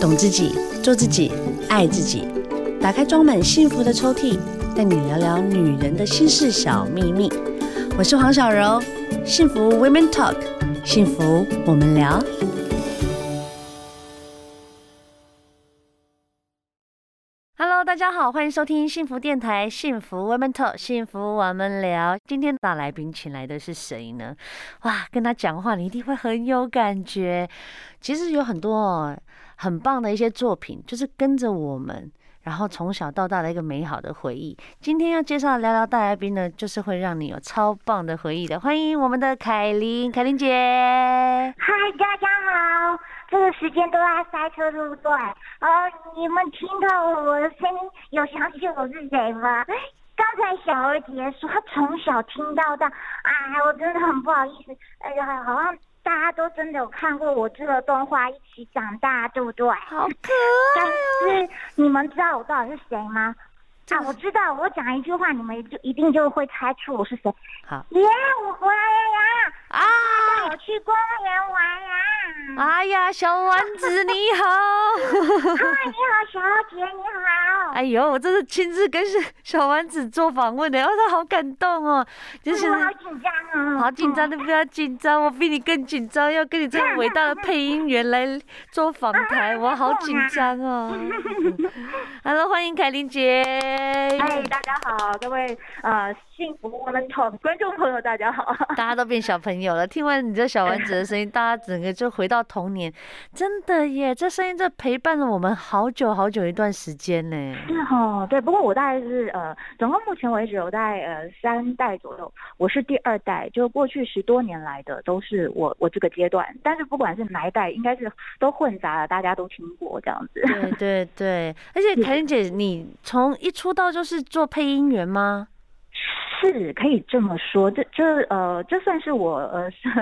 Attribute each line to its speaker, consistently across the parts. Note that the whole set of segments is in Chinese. Speaker 1: 懂自己，做自己，爱自己。打开装满幸福的抽屉，带你聊聊女人的心事小秘密。我是黄小柔，幸福 Women Talk，幸福我们聊。Hello，大家好，欢迎收听幸福电台《幸福 Women Talk》，幸福我们聊。今天大来宾请来的是谁呢？哇，跟他讲话你一定会很有感觉。其实有很多、哦、很棒的一些作品，就是跟着我们。然后从小到大的一个美好的回忆。今天要介绍聊聊大来宾呢，就是会让你有超棒的回忆的。欢迎我们的凯琳，凯琳姐。
Speaker 2: 嗨，大家好，这个时间都在塞车，对不对？呃，你们听到我的声音，有想起我是谁吗？刚才小儿姐说，她从小听到大，哎，我真的很不好意思，哎呀，好像大家都真的有看过我这个动画《一起长大》，对不对？
Speaker 1: 好可
Speaker 2: 但是你们知道我到底是谁吗？
Speaker 1: 这
Speaker 2: 啊，
Speaker 1: 个
Speaker 2: 我知道，我讲一句话，你们就一定就会猜出我是谁。
Speaker 1: 好
Speaker 2: 耶，我回来啦！
Speaker 1: 啊！
Speaker 2: 带我去公园玩啦！
Speaker 1: 哎呀，小丸子你好！
Speaker 3: 哎
Speaker 2: 嗨，你好，小姐，你好。
Speaker 1: 哎呦，我这是亲自跟小丸子做访问的，哦，他好感动哦，就是
Speaker 3: 哎
Speaker 2: 我好紧张
Speaker 3: 啊
Speaker 2: 哦，
Speaker 1: 好紧张，你
Speaker 3: 嗯
Speaker 1: 不要紧张，我比你更紧张，要跟你这个伟大的配音员来做访谈，我好紧张哦。Hello，欢迎凯琳姐。
Speaker 3: 嗨，哎大家好，各位呃，幸福 Woman Talk 观众朋友，大家好。
Speaker 1: 大家都变小朋友了。听完你这小丸子的声音，大家整个就回到童年，真的耶！这声音这陪伴了我们好久好久一段时间呢。
Speaker 3: 是哦，对，不过我大概是呃，总共目前为止有大概呃三代左右，我是第二代，就过去十多年来的都是我我这个阶段，但是不管是哪一代，应该是都混杂了，大家都听过这样子。
Speaker 1: 对对对，而且凯琳姐，你从一出道就是做配音员吗？
Speaker 3: 是可以这么说，这这呃，这算是我呃上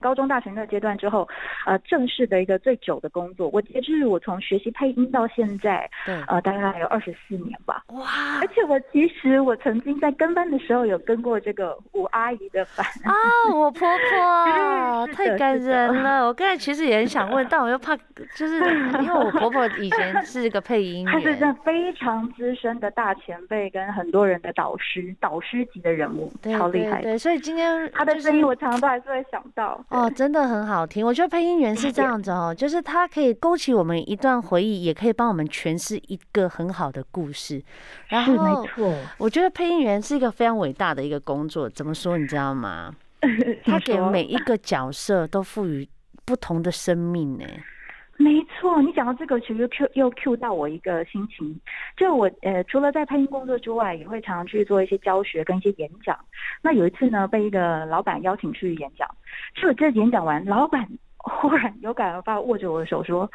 Speaker 3: 高中、大学那个阶段之后，呃正式的一个最久的工作。我截至我从学习配音到现在，
Speaker 1: 对，
Speaker 3: 呃大概有二十四年吧。
Speaker 1: 哇
Speaker 3: 而且我其实我曾经在跟班的时候有跟过这个吴阿姨的班，
Speaker 1: 啊，我婆婆
Speaker 3: 是的
Speaker 1: 太感
Speaker 3: 是的
Speaker 1: 人了。我刚才其实也很想问，但我又怕， 就是因为我婆婆以前是个配音
Speaker 3: 她是真
Speaker 1: 员
Speaker 3: 的，非常资深的大前辈，跟很多人的导师，导师级的人物，
Speaker 1: 对
Speaker 3: 超厉
Speaker 1: 对
Speaker 3: 害。
Speaker 1: 对，所以今天
Speaker 3: 她的
Speaker 1: 就是
Speaker 3: 声音我常常都还是会想到。
Speaker 1: 哦，真的很好听。我觉得配音员是这样子哦，就是他可以勾起我们一段回忆，也可以帮我们诠释一个很好的故事。然
Speaker 3: 是
Speaker 1: 后
Speaker 3: 没，错，
Speaker 1: 我觉得配音员是一个非常伟大的一个工作。怎么说，你知道吗？他给
Speaker 3: 说
Speaker 1: 每一个角色都赋予不同的生命呢。
Speaker 3: 没错，你讲到这个，其实 Q 又 Q 到我一个心情，就我呃，除了在配音工作之外，也会常常去做一些教学跟一些演讲。那有一次呢，被一个老板邀请去演讲，结果这演讲完，老板忽然有感而发，握着我的手说。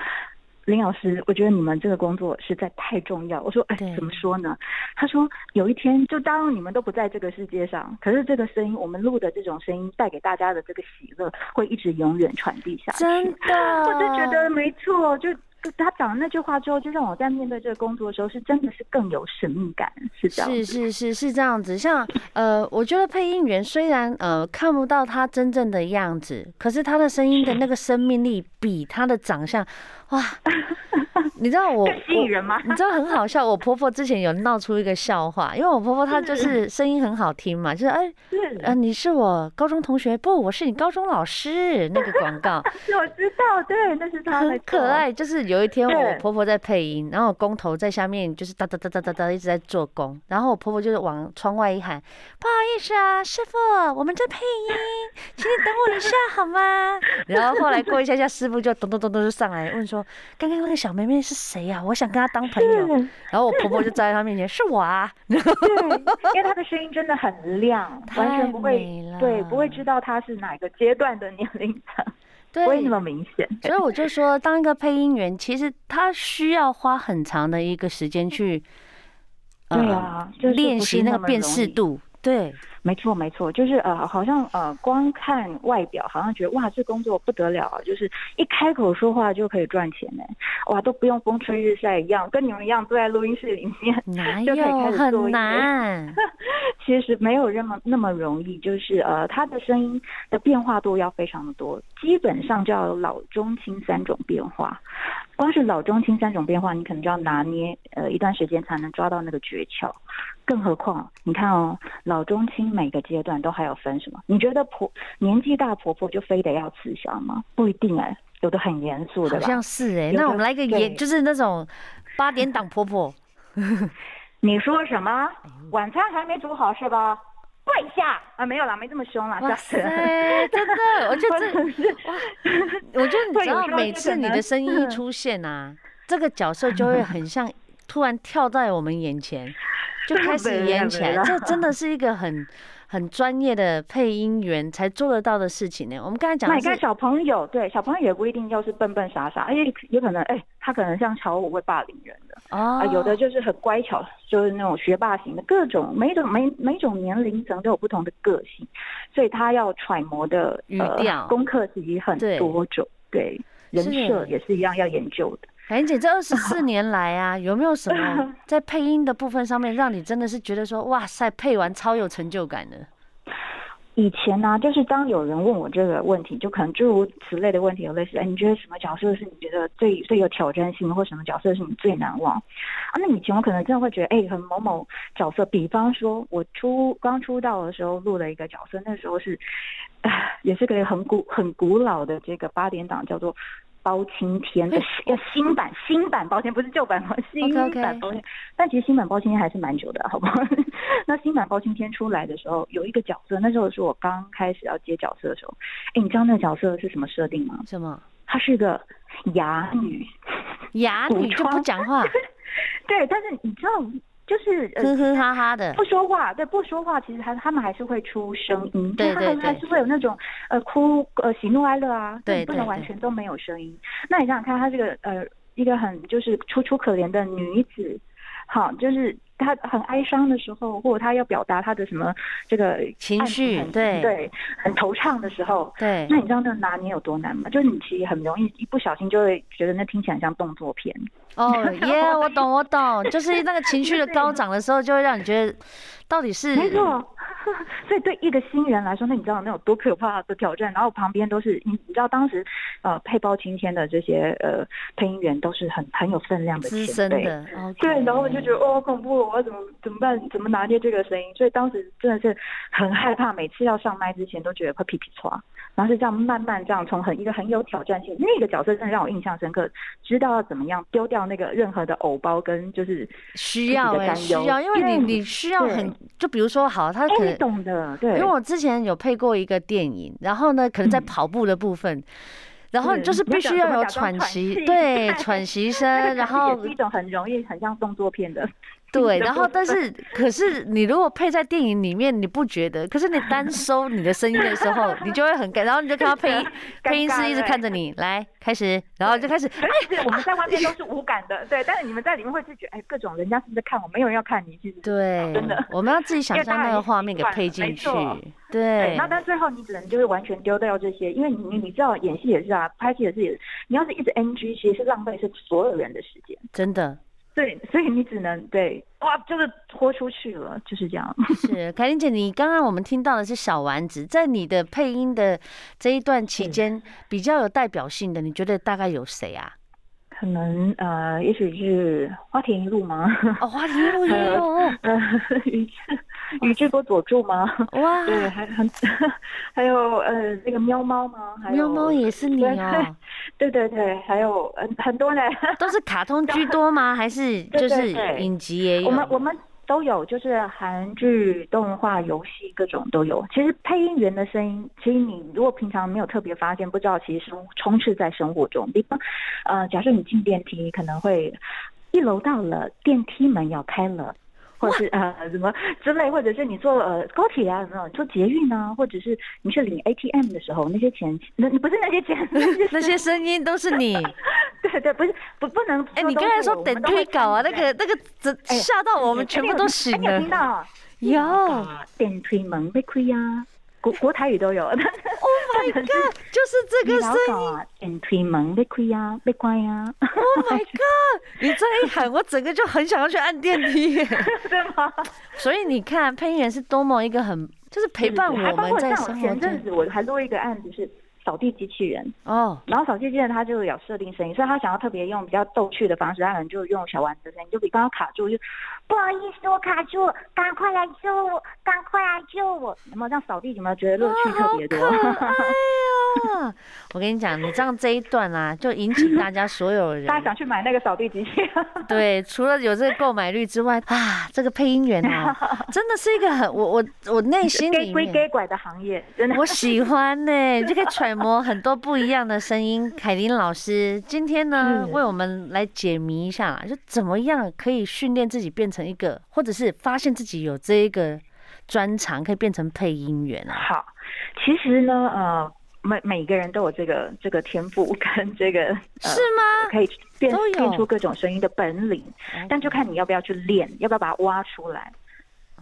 Speaker 3: 林老师，我觉得你们这个工作实在太重要。我说，哎
Speaker 1: 对，
Speaker 3: 怎么说呢？他说，有一天，就当你们都不在这个世界上，可是这个声音，我们录的这种声音，带给大家的这个喜乐，会一直永远传递下去。
Speaker 1: 真的，
Speaker 3: 啊 我就觉得没错，就就他讲了那句话之后，就让我在面对这个工作的时候，是真的是更有使命感，是这样。
Speaker 1: 是是是是这样子，像呃，我觉得配音员虽然呃看不到他真正的样子，可是他的声音的那个生命力比他的长相， 哇！你知道我
Speaker 3: 更吸引人吗
Speaker 1: 我你知道很好笑，我婆婆之前有闹出一个笑话，因为我婆婆
Speaker 3: 嗯
Speaker 1: 她就是声音很好听嘛，就是哎
Speaker 3: 是
Speaker 1: 呃你是我高中同学，不我是你高中老师那个广告，
Speaker 3: 是，我知道，对，那是他
Speaker 1: 很
Speaker 3: 的
Speaker 1: 可。爱。就是有一天，我
Speaker 3: 对
Speaker 1: 婆婆在配音，然后我工头在下面就是哒哒哒哒哒哒一直在做工，然后我婆婆就是往窗外一喊：“不好意思啊，师傅，我们在配音，请你等我一下好吗？”然后后来过一下下，师傅就咚咚咚咚就上来问说：“刚刚那个小妹妹是谁呀、我想跟她当朋友。
Speaker 3: 对，”
Speaker 1: 然后我婆婆就站在她面前：“是我啊。
Speaker 3: 对，因为他的声音真的很 亮，完全不
Speaker 1: 太美
Speaker 3: 会
Speaker 1: 了，
Speaker 3: 对，不会知道他是哪个阶段的年龄层，”
Speaker 1: 对
Speaker 3: 不，会那么明显。
Speaker 1: 所以我就说，当一个配音员，其实他需要花很长的一个时间去，呃呃
Speaker 3: 对啊就是
Speaker 1: 练
Speaker 3: 不是
Speaker 1: 习那
Speaker 3: 那
Speaker 1: 个
Speaker 3: 么
Speaker 1: 辨
Speaker 3: 容
Speaker 1: 识
Speaker 3: 易
Speaker 1: 度。对，
Speaker 3: 没错，没错，就是呃，好像呃，光看外表，好像觉得哇，这工作不得了啊，就是一开口说话就可以赚钱呢，哇，都不用风吹日晒一样，跟你们一样坐在录音室里面。
Speaker 1: 哪
Speaker 3: 就可以开
Speaker 1: 有
Speaker 3: 始
Speaker 1: 很
Speaker 3: 做一些
Speaker 1: 难？
Speaker 3: 其实没有那么那么容易，就是呃，他的声音的变化度要非常的多，基本上就要有老中青三种变化。光是老中青三种变化，你可能就要拿捏呃一段时间才能抓到那个诀窍。更何况，你看哦，老中青每个阶段都还有分什么？你觉得婆年纪大婆婆就非得要慈祥吗？不一定哎、有的很严肃，
Speaker 1: 好
Speaker 3: 对吧？
Speaker 1: 像是哎、
Speaker 3: 有
Speaker 1: 那
Speaker 3: 的
Speaker 1: 我们来个演，
Speaker 3: 对
Speaker 1: 就是那种八点档婆 婆，
Speaker 3: 你说什么？
Speaker 1: 哎
Speaker 3: 晚餐还没煮好是吧？跪下啊！没有啦，没这么凶啦，
Speaker 1: 哇
Speaker 3: 吓
Speaker 1: 塞
Speaker 3: 人。，
Speaker 1: 真的，我觉得这
Speaker 3: 或者是
Speaker 1: 我觉得你
Speaker 3: 对
Speaker 1: 知
Speaker 3: 有
Speaker 1: 道
Speaker 3: 时，候
Speaker 1: 每
Speaker 3: 就
Speaker 1: 次
Speaker 3: 可
Speaker 1: 你的
Speaker 3: 能嗯
Speaker 1: 声音一出现啊，这个角色就会很 像突然跳在我们眼前，就开始
Speaker 3: 没
Speaker 1: 演
Speaker 3: 了
Speaker 1: 起
Speaker 3: 没
Speaker 1: 来。
Speaker 3: 了
Speaker 1: 这 真的是一个很很专业的配音员才做得到的事情呢。我们刚才讲
Speaker 3: 那
Speaker 1: 的
Speaker 3: 你看
Speaker 1: 是，
Speaker 3: 小朋友，对小朋友也不一定就是笨笨傻傻，因为有可能哎，他可能像乔五会霸凌人的啊、
Speaker 1: 哦
Speaker 3: 有的就是很乖巧，就是那种学霸型的，各种每种每每种年龄层都有不同的个性，所以他要揣摩的
Speaker 1: 语
Speaker 3: 呃
Speaker 1: 调
Speaker 3: 功课其实很
Speaker 1: 对
Speaker 3: 多种，对人
Speaker 1: 是
Speaker 3: 设也是一样要研究的。
Speaker 1: 海英姐哎这二十 四年来啊，有没有什么在配音的部分上面，让你真的是觉得说，哇塞，配完超有成就感的？
Speaker 3: 以前呢、就是当有人问我这个问题，就可能诸如此类的问题，有类似，哎，你觉得什么角色是你觉得最最有挑战性，或什么角色是你最难忘？啊，那以前我可能真的会觉得，哎，很某某角色，比方说我出刚出道的时候录了一个角色，那时候是， 唉也是个很古很古老的这个八点档，叫做。包青天的新呃新版新版包青天不是旧版包新
Speaker 1: OK，OK
Speaker 3: 版包青天但其实新版包青天还是蛮久的，好不好？那新版包青天出来的时候，有一个角色，那时候是我刚开始要接角色的时候。哎，你知道那个角色是什么设定吗？
Speaker 1: 什么
Speaker 3: 她是一个哑女，
Speaker 1: 哑
Speaker 3: 古
Speaker 1: 女就不
Speaker 3: 装
Speaker 1: 讲话，
Speaker 3: 对，但是你知道，就是呃
Speaker 1: 呵呵哈哈的
Speaker 3: 不，说话，对，不说话，其实还他们还是会出声音，
Speaker 1: 嗯对
Speaker 3: 他
Speaker 1: 对
Speaker 3: 们还
Speaker 1: 对
Speaker 3: 是会有那种呃哭呃喜怒哀乐啊，
Speaker 1: 对
Speaker 3: 你不
Speaker 1: 对
Speaker 3: 能完
Speaker 1: 对
Speaker 3: 全都没有声音。那你想想看，她这个呃一个很就是楚楚可怜的女子，好，就是她很哀伤的时候，或者她要表达她的什么这个
Speaker 1: 情
Speaker 3: 暗示
Speaker 1: 绪
Speaker 3: 很
Speaker 1: 对
Speaker 3: 对很惆怅的时候。
Speaker 1: 对
Speaker 3: 那。你知道那个拿捏有多难吗？就是你其实很容易一不小心就会觉得那听起来很像动作片，
Speaker 1: 哦耶，我懂我懂，就是那个情绪的高涨的时候，就会让你觉得到底是
Speaker 3: 没错，
Speaker 1: 嗯
Speaker 3: 所以对一个新人来说，那你知道那有多可怕的挑战？然后旁边都是嗯你，你知道当时呃配包青天的这些呃配音员都是很很有分量的
Speaker 1: 资
Speaker 3: 前
Speaker 1: 深
Speaker 3: 辈。
Speaker 1: 的，
Speaker 3: 对，然后我就觉
Speaker 1: 得
Speaker 3: 得哦，好恐怖！我要怎么怎么办？怎么拿捏这个声音？所以当时真的是很害怕，每次要上麦之前都觉得会屁屁抓，然后是这样慢慢这样从很一个很有挑战性那个角色，真的让我印象深刻，知道要怎么样丢掉那个任何的偶包跟就是
Speaker 1: 需要
Speaker 3: 自己的
Speaker 1: 哎、
Speaker 3: 担
Speaker 1: 需
Speaker 3: 忧
Speaker 1: 要，因为你
Speaker 3: 对
Speaker 1: 你需要
Speaker 3: 对
Speaker 1: 很，就比如说好，他
Speaker 3: 哎，
Speaker 1: 可
Speaker 3: 你
Speaker 1: 能。
Speaker 3: 懂的，对，
Speaker 1: 因为我之前有配过一个电影，然后呢，可能在
Speaker 3: 嗯
Speaker 1: 跑步的部分，然后
Speaker 3: 是
Speaker 1: 就是
Speaker 3: 你要
Speaker 1: 必须
Speaker 3: 假
Speaker 1: 要有
Speaker 3: 装假装
Speaker 1: 喘
Speaker 3: 喘
Speaker 1: 息，对，
Speaker 3: 气 对
Speaker 1: 喘息
Speaker 3: 那
Speaker 1: 声，
Speaker 3: 个
Speaker 1: 呃然
Speaker 3: 可能
Speaker 1: 后
Speaker 3: 也是一种很容易很像动作片 的。
Speaker 1: 对，
Speaker 3: 的
Speaker 1: 然
Speaker 3: 部
Speaker 1: 后但
Speaker 3: 分
Speaker 1: 是可是你如果配在电影里面，你不觉得？可是你单收你的声音的时候，你就会很尴，然后你就看到配音
Speaker 3: 尴
Speaker 1: 配音师
Speaker 3: 尬
Speaker 1: 一直
Speaker 3: 对
Speaker 1: 看着你，来开始，然后就开始，哎，
Speaker 3: 对，我们在外面都是无感的，对，但是你们在里面会自觉，哎，各种人家是不是在看我，没有人要看你，其实。
Speaker 1: 对
Speaker 3: 哦真的，
Speaker 1: 我们要自己想
Speaker 3: 因为
Speaker 1: 象
Speaker 3: 大家
Speaker 1: 那
Speaker 3: 已
Speaker 1: 个
Speaker 3: 经
Speaker 1: 画
Speaker 3: 习
Speaker 1: 面给
Speaker 3: 惯
Speaker 1: 配
Speaker 3: 了
Speaker 1: 进
Speaker 3: 没
Speaker 1: 去
Speaker 3: 错，
Speaker 1: 对，
Speaker 3: 那但最后你只能就是完全丢掉这些，因为你你你知道演戏也是啊，拍戏也是也是，你要是一直 NG，其实是浪费是所有人的时间。
Speaker 1: 真的
Speaker 3: 对，所以你只能对，哇，就是豁出去了，就是这样。
Speaker 1: 是凯琳姐，你刚刚我们听到的是小丸子，在你的配音的这一段期间，比较有代表性的，你觉得大概有谁啊？
Speaker 3: 可能呃，也许是花田一路吗？
Speaker 1: 哦，花田一路也
Speaker 3: 呃
Speaker 1: 有哦，
Speaker 3: 呃，宇宇智波佐助吗？
Speaker 1: 哇，
Speaker 3: 对，还很， 还有呃，那个喵猫吗？还
Speaker 1: 喵
Speaker 3: 有
Speaker 1: 猫也是你
Speaker 3: 对
Speaker 1: 哦。
Speaker 3: 对对对，还有很很多呢。
Speaker 1: 都是卡通居多吗？还是就
Speaker 3: 对对
Speaker 1: 是
Speaker 3: 对
Speaker 1: 影集也有？
Speaker 3: 我们我们都有，就是韩剧、动画、游戏各种都有。其实配音员的声音，其实你如果平常没有特别发现，不知道其实生充斥在生活中。比方，呃，假设你进电梯，可能会一楼到了，电梯门要开了。或者是呃什么之类，或者是你坐呃高铁啊，有没有？你坐捷运啊，或者是你去领 ATM 的时候，那些钱，那不是那些钱，那些
Speaker 1: 那些声音都是你。
Speaker 3: 对对，不是不不
Speaker 1: 哎
Speaker 3: 能。
Speaker 1: 啊哎、你刚才说等推稿啊，那个那个，这
Speaker 3: 哎
Speaker 1: 吓到我们全部都醒
Speaker 3: 哎，你有哎
Speaker 1: 了
Speaker 3: 听。到？
Speaker 1: 有，Oh
Speaker 3: 电推门被亏呀，国国台语都有。
Speaker 1: ，Oh my
Speaker 3: 可是
Speaker 1: God，就是这
Speaker 3: 哎你
Speaker 1: 个
Speaker 3: 老
Speaker 1: 声
Speaker 3: 搞
Speaker 1: 音
Speaker 3: 啊，电推门被亏呀，被关呀，
Speaker 1: ，Oh my God，你这一喊，我整个就很想要去按电梯耶。
Speaker 3: 对吗？
Speaker 1: 所以你看，配音员是多么一个很，就是陪伴
Speaker 3: 嗯还
Speaker 1: 我
Speaker 3: 包
Speaker 1: 们
Speaker 3: 括
Speaker 1: 在
Speaker 3: 像我
Speaker 1: 生活
Speaker 3: 前阵
Speaker 1: 中。
Speaker 3: 子我还录一个案子是扫地机器人，
Speaker 1: 哦，
Speaker 3: 然后扫地机器人它就有设定声音，所以他想要特别用比较逗趣的方式，他可能就用小丸子的声音，就比啊刚刚卡住就
Speaker 2: 不好意思，我卡住，赶快来救我，赶快来救我！
Speaker 3: 有没有让扫地有没有觉得乐趣特别多？
Speaker 1: 啊，我跟你讲，你这样这一段啊，就引起大家所有人
Speaker 3: 大家想去买那个扫地机器人，
Speaker 1: 对，除了有这个购买率之外，啊，这个配音员哦， 真的是一个很我我我内心
Speaker 3: 给
Speaker 1: 里
Speaker 3: 归
Speaker 1: 面。
Speaker 3: 给拐的行业，真的。
Speaker 1: 我喜欢呢、就可以揣摩很多不一样的声音。 凯琳老师今天呢，
Speaker 3: 是
Speaker 1: 为我们来解谜一下啦，就怎么样可以训练自己变成一个，或者是发现自己有这一个专长，可以变成配音员啊。
Speaker 3: 好，其实呢，呃，每每个人都有这个这个天赋 跟这个、呃、
Speaker 1: 是吗？
Speaker 3: 可以变
Speaker 1: 都有嗯
Speaker 3: 变出各种声音的本领，但就看你要不要去练，要不要把它挖出来。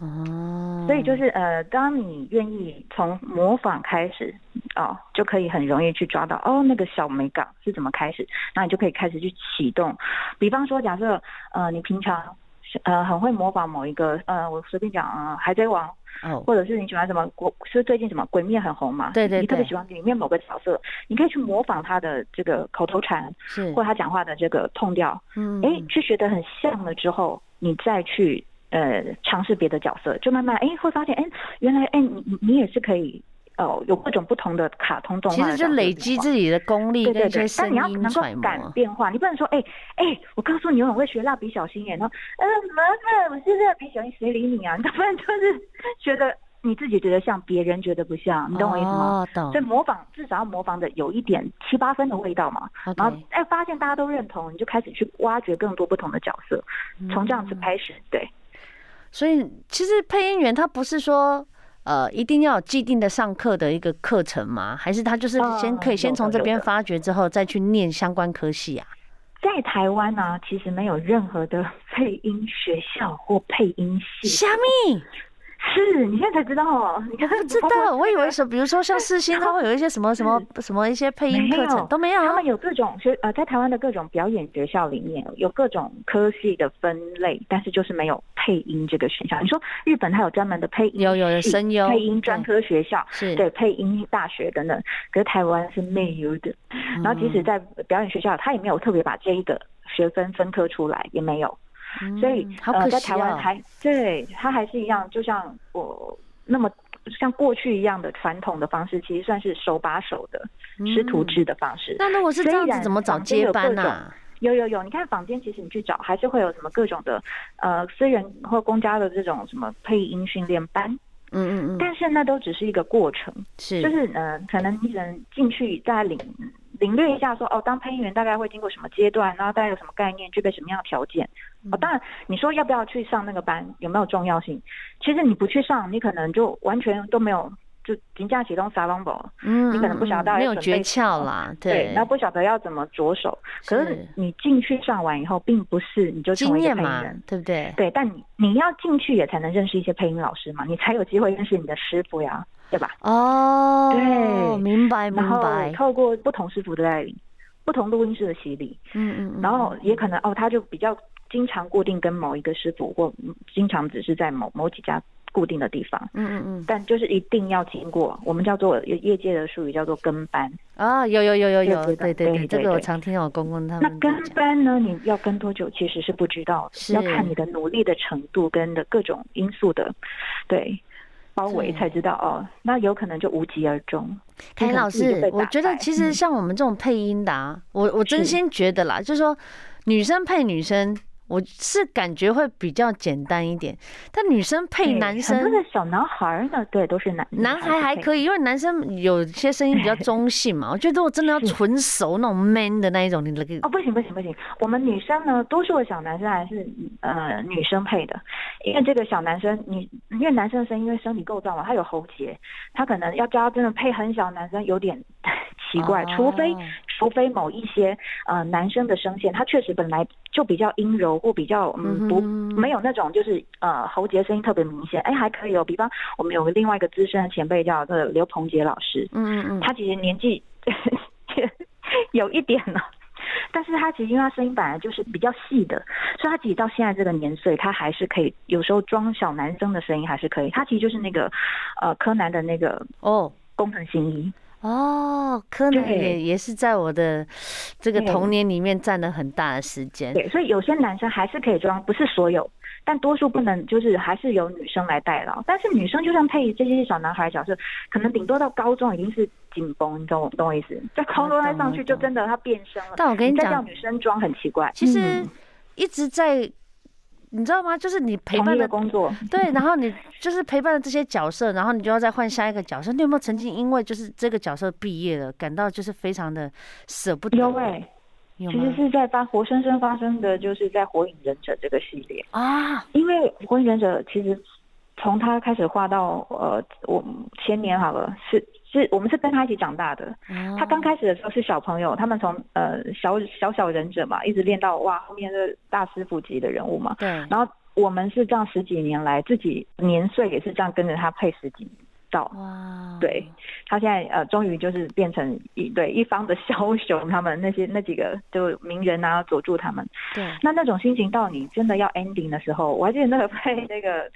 Speaker 1: 哦，
Speaker 3: 所以就是呃，当你愿意从模仿开始哦，就可以很容易去抓到哦，那个小美感是怎么开始，那你就可以开始去启动。比方说，假设呃，你平常是呃很会模仿某一个呃，我随便讲呃，海贼王，
Speaker 1: 哦，
Speaker 3: 或者是你喜欢什么国，是最近什么鬼灭很红嘛？
Speaker 1: 对对
Speaker 3: 你特别
Speaker 1: 对
Speaker 3: 喜欢里面某个角色，你可以去模仿他的这个口头禅，
Speaker 1: 是
Speaker 3: 或，者他讲话的这个痛调，
Speaker 1: 嗯
Speaker 3: 哎、去学得很像了之后，你再去呃尝试别的角色，就慢慢哎会发现，哎原来哎你你你也是可以哦有各种不同的卡通动画
Speaker 1: 其
Speaker 3: 的
Speaker 1: 实就
Speaker 3: 角色
Speaker 1: 累
Speaker 3: 变
Speaker 1: 积
Speaker 3: 化
Speaker 1: 自己的功力
Speaker 3: 对
Speaker 1: 跟
Speaker 3: 对
Speaker 1: 一些
Speaker 3: 对，
Speaker 1: 声
Speaker 3: 但你要
Speaker 1: 音
Speaker 3: 能够
Speaker 1: 揣
Speaker 3: 敢
Speaker 1: 摩。
Speaker 3: 变化，你不能说哎哎、我告诉你我很会学蜡笔小新耶，然后呃什么我是蜡笔小新，谁理你啊？你不然就是觉得你自己觉得像，别人觉得不像，你懂我意思吗？
Speaker 1: 哦，懂
Speaker 3: 所以。模仿至少要模仿的有一点七八分的味道嘛，然后
Speaker 1: OK，
Speaker 3: 哎发现大家都认同，你就开始去挖掘更多不同的角色，
Speaker 1: 嗯
Speaker 3: 从这样子开始，对，
Speaker 1: 所以其实配音员他不是说呃一定要有既定的上课的一个课程吗？还是他就是先
Speaker 3: 嗯
Speaker 1: 可以先
Speaker 3: 有的
Speaker 1: 从这
Speaker 3: 有
Speaker 1: 边
Speaker 3: 的
Speaker 1: 发掘之后再去念相关科系啊？
Speaker 3: 在台湾呢、其实没有任何的配音学校或配音系，
Speaker 1: 虾米，
Speaker 3: 是你现在才知道哦，你看
Speaker 1: 我不知
Speaker 3: 包括
Speaker 1: 道，我以
Speaker 3: 那个
Speaker 1: 为什么，比如说像世新，他会有一些什 么什么什么一些配音
Speaker 3: 没
Speaker 1: 课程
Speaker 3: 有
Speaker 1: 都没有
Speaker 3: 他
Speaker 1: 啊
Speaker 3: 们有各种学呃，在台湾的各种表演学校里面有各种科系的分类，但是就是没有配音这个选项。你说日本它有专门的配音系，
Speaker 1: 有有有声优
Speaker 3: 配音专科学校，
Speaker 1: 是，
Speaker 3: 对配音大学等等，可是台湾是没有的。
Speaker 1: 嗯，
Speaker 3: 然后即使在表演学校，它也没有特别把这一个学分分科出来，也没有。所以、
Speaker 1: 嗯好
Speaker 3: 呃，
Speaker 1: 可
Speaker 3: 在
Speaker 1: 惜
Speaker 3: 台湾
Speaker 1: 哦，
Speaker 3: 还对它还是一样，就像我那么。像过去一样的传统的方式，其实算是手把手的师徒
Speaker 1: 嗯
Speaker 3: 制的方式。
Speaker 1: 那如果是这
Speaker 3: 虽
Speaker 1: 样子，
Speaker 3: 然
Speaker 1: 怎么找
Speaker 3: 房间
Speaker 1: 接
Speaker 3: 有
Speaker 1: 班啊
Speaker 3: 各
Speaker 1: 呐、
Speaker 3: 种有有有，你看坊间其实你去找，还是会有什么各种的，呃，私人或公家的这种什么配音训练班，
Speaker 1: 嗯嗯嗯，
Speaker 3: 但是那都只是一个过程，
Speaker 1: 是，
Speaker 3: 就是呃，可能你只能进去再领领略一下说，哦，当配音员大概会经过什么阶段，然后大概有什么概念，具备什么样的条件。
Speaker 1: 嗯
Speaker 3: 哦，当然，你说要不要去上那个班，有没有重要性？其实你不去上，你可能就完全都没有，就评价启动撒浪宝，
Speaker 1: 嗯，
Speaker 3: 你可能不
Speaker 1: 嗯
Speaker 3: 晓
Speaker 1: 嗯
Speaker 3: 得要
Speaker 1: 没有
Speaker 3: 准
Speaker 1: 诀
Speaker 3: 备什
Speaker 1: 窍
Speaker 3: 么
Speaker 1: 啦，
Speaker 3: 对，那不晓得要怎么着手。可
Speaker 1: 是
Speaker 3: 是你进去上完以后，并不是你就成
Speaker 1: 经
Speaker 3: 为一个
Speaker 1: 验
Speaker 3: 配音
Speaker 1: 嘛
Speaker 3: 人，，
Speaker 1: 对不对？
Speaker 3: 对，但你你要进去也才能认识一些配音老师嘛，你才有机会认识你的师傅呀，对吧？
Speaker 1: 哦，
Speaker 3: 对
Speaker 1: 明白哎明
Speaker 3: 然后
Speaker 1: 白，
Speaker 3: 透过不同师傅的带领，不同录音室的洗礼，
Speaker 1: 嗯嗯，
Speaker 3: 然后也可能哦，他就比较经常固定跟某一个师傅，或嗯经常只是在某某几家固定的地方。
Speaker 1: 嗯嗯嗯，
Speaker 3: 但就是一定要经过，我们叫做业业界的术语叫做跟班。
Speaker 1: 啊、有有有有
Speaker 3: 这个
Speaker 1: 有，对
Speaker 3: 阶
Speaker 1: 对
Speaker 3: 段
Speaker 1: 对，
Speaker 3: 对
Speaker 1: 这
Speaker 3: 对
Speaker 1: 个我
Speaker 3: 对
Speaker 1: 常听我公公他
Speaker 3: 那
Speaker 1: 们在
Speaker 3: 跟
Speaker 1: 讲，
Speaker 3: 班呢？你要跟多久其实是不知道
Speaker 1: 是
Speaker 3: 的，要看你的努力的程度跟的各种因素的，对。包围
Speaker 1: 对
Speaker 3: 才知道哦，那有可能就无疾而终。
Speaker 1: 凯
Speaker 3: 你可
Speaker 1: 老
Speaker 3: 能自己就
Speaker 1: 师
Speaker 3: 被，
Speaker 1: 我
Speaker 3: 打
Speaker 1: 觉得
Speaker 3: 败
Speaker 1: 其实
Speaker 3: 嗯
Speaker 1: 像我们这种配音的、啊，我我真
Speaker 3: 是
Speaker 1: 心觉得啦，就是说女生配女生，我是感觉会比较简单一点，但女生配
Speaker 3: 对
Speaker 1: 男
Speaker 3: 很
Speaker 1: 生。
Speaker 3: 多的小男孩儿呢，对，都是男
Speaker 1: 男孩还
Speaker 3: 以。
Speaker 1: 可以，因为男生有些声音比较中性嘛。我觉得我真的要
Speaker 3: 是
Speaker 1: 纯熟那种 man 的那一种，你那个
Speaker 3: 哦，不行不行不行，我们女生呢，多数的小男生还是呃女生配的，因为这个小男生，你因为男生的声音因为生理构造嘛，他有喉结，他可能要叫他真的配很小的男生有点 奇奇怪，除非
Speaker 1: 哦
Speaker 3: 除非某一些呃男生的声线，他确实本来就比较阴柔或比较嗯不
Speaker 1: 嗯哼
Speaker 3: 没有那种就是呃喉结声音特别明显，哎还可以哦。比方我们有个另外一个资深的前辈叫这个刘鹏杰老师，
Speaker 1: 嗯嗯嗯，
Speaker 3: 他其实年纪 有一点了。但是他其实因为他声音本来就是比较细的，所以他其实到现在这个年岁，他还是可以有时候装小男生的声音还是可以。他其实就是那个呃柯南的那个
Speaker 1: 哦
Speaker 3: 工藤新一，
Speaker 1: 哦，柯南
Speaker 3: 对
Speaker 1: 也也是在我的这个
Speaker 3: 对
Speaker 1: 童年里面占了很大的时间。
Speaker 3: 对，所以有些男生还是可以装，不是所有，但多数不能，就是还是由女生来代劳。但是女生就算配这些小男孩角色，可能顶多到高中已经是紧绷，你懂我懂我意思？在高中再上去就真的他变声了。
Speaker 1: 但我跟你
Speaker 3: 再叫
Speaker 1: 讲，
Speaker 3: 女生装很奇怪，
Speaker 1: 其实
Speaker 3: 嗯
Speaker 1: 一直在，你知道吗？就是你陪
Speaker 3: 同
Speaker 1: 伴
Speaker 3: 一
Speaker 1: 的
Speaker 3: 个工作，
Speaker 1: 对，然后你就是陪伴了这些角色，然后你就要再换下一个角色。你有没有曾经因为就是这个角色毕业了，感到就是非常的舍不得？
Speaker 3: 有哎、
Speaker 1: 有
Speaker 3: 其实
Speaker 1: 吗？
Speaker 3: 是在发活生生发生的，就是在《火影忍者》这个系列。
Speaker 1: 啊，
Speaker 3: 因为《火影忍者》其实从他开始画到呃，我前年好了，是是我们是跟他一起长大的。
Speaker 1: 哦
Speaker 3: 他刚开始的时候是小朋友，他们从呃小小小忍者嘛，一直练到哇后面是大师傅级的人物嘛。
Speaker 1: 对，
Speaker 3: 然后我们是这样十几年来，自己年岁也是这样跟着他配十几年到。
Speaker 1: 哇，
Speaker 3: 对，他现在呃，终于就是变成一对一方的 枭雄，他们那些那几个就名人啊，佐助他们，
Speaker 1: 对，
Speaker 3: 那那种心情到你真的要 ending 的时候，我还记得那个配那个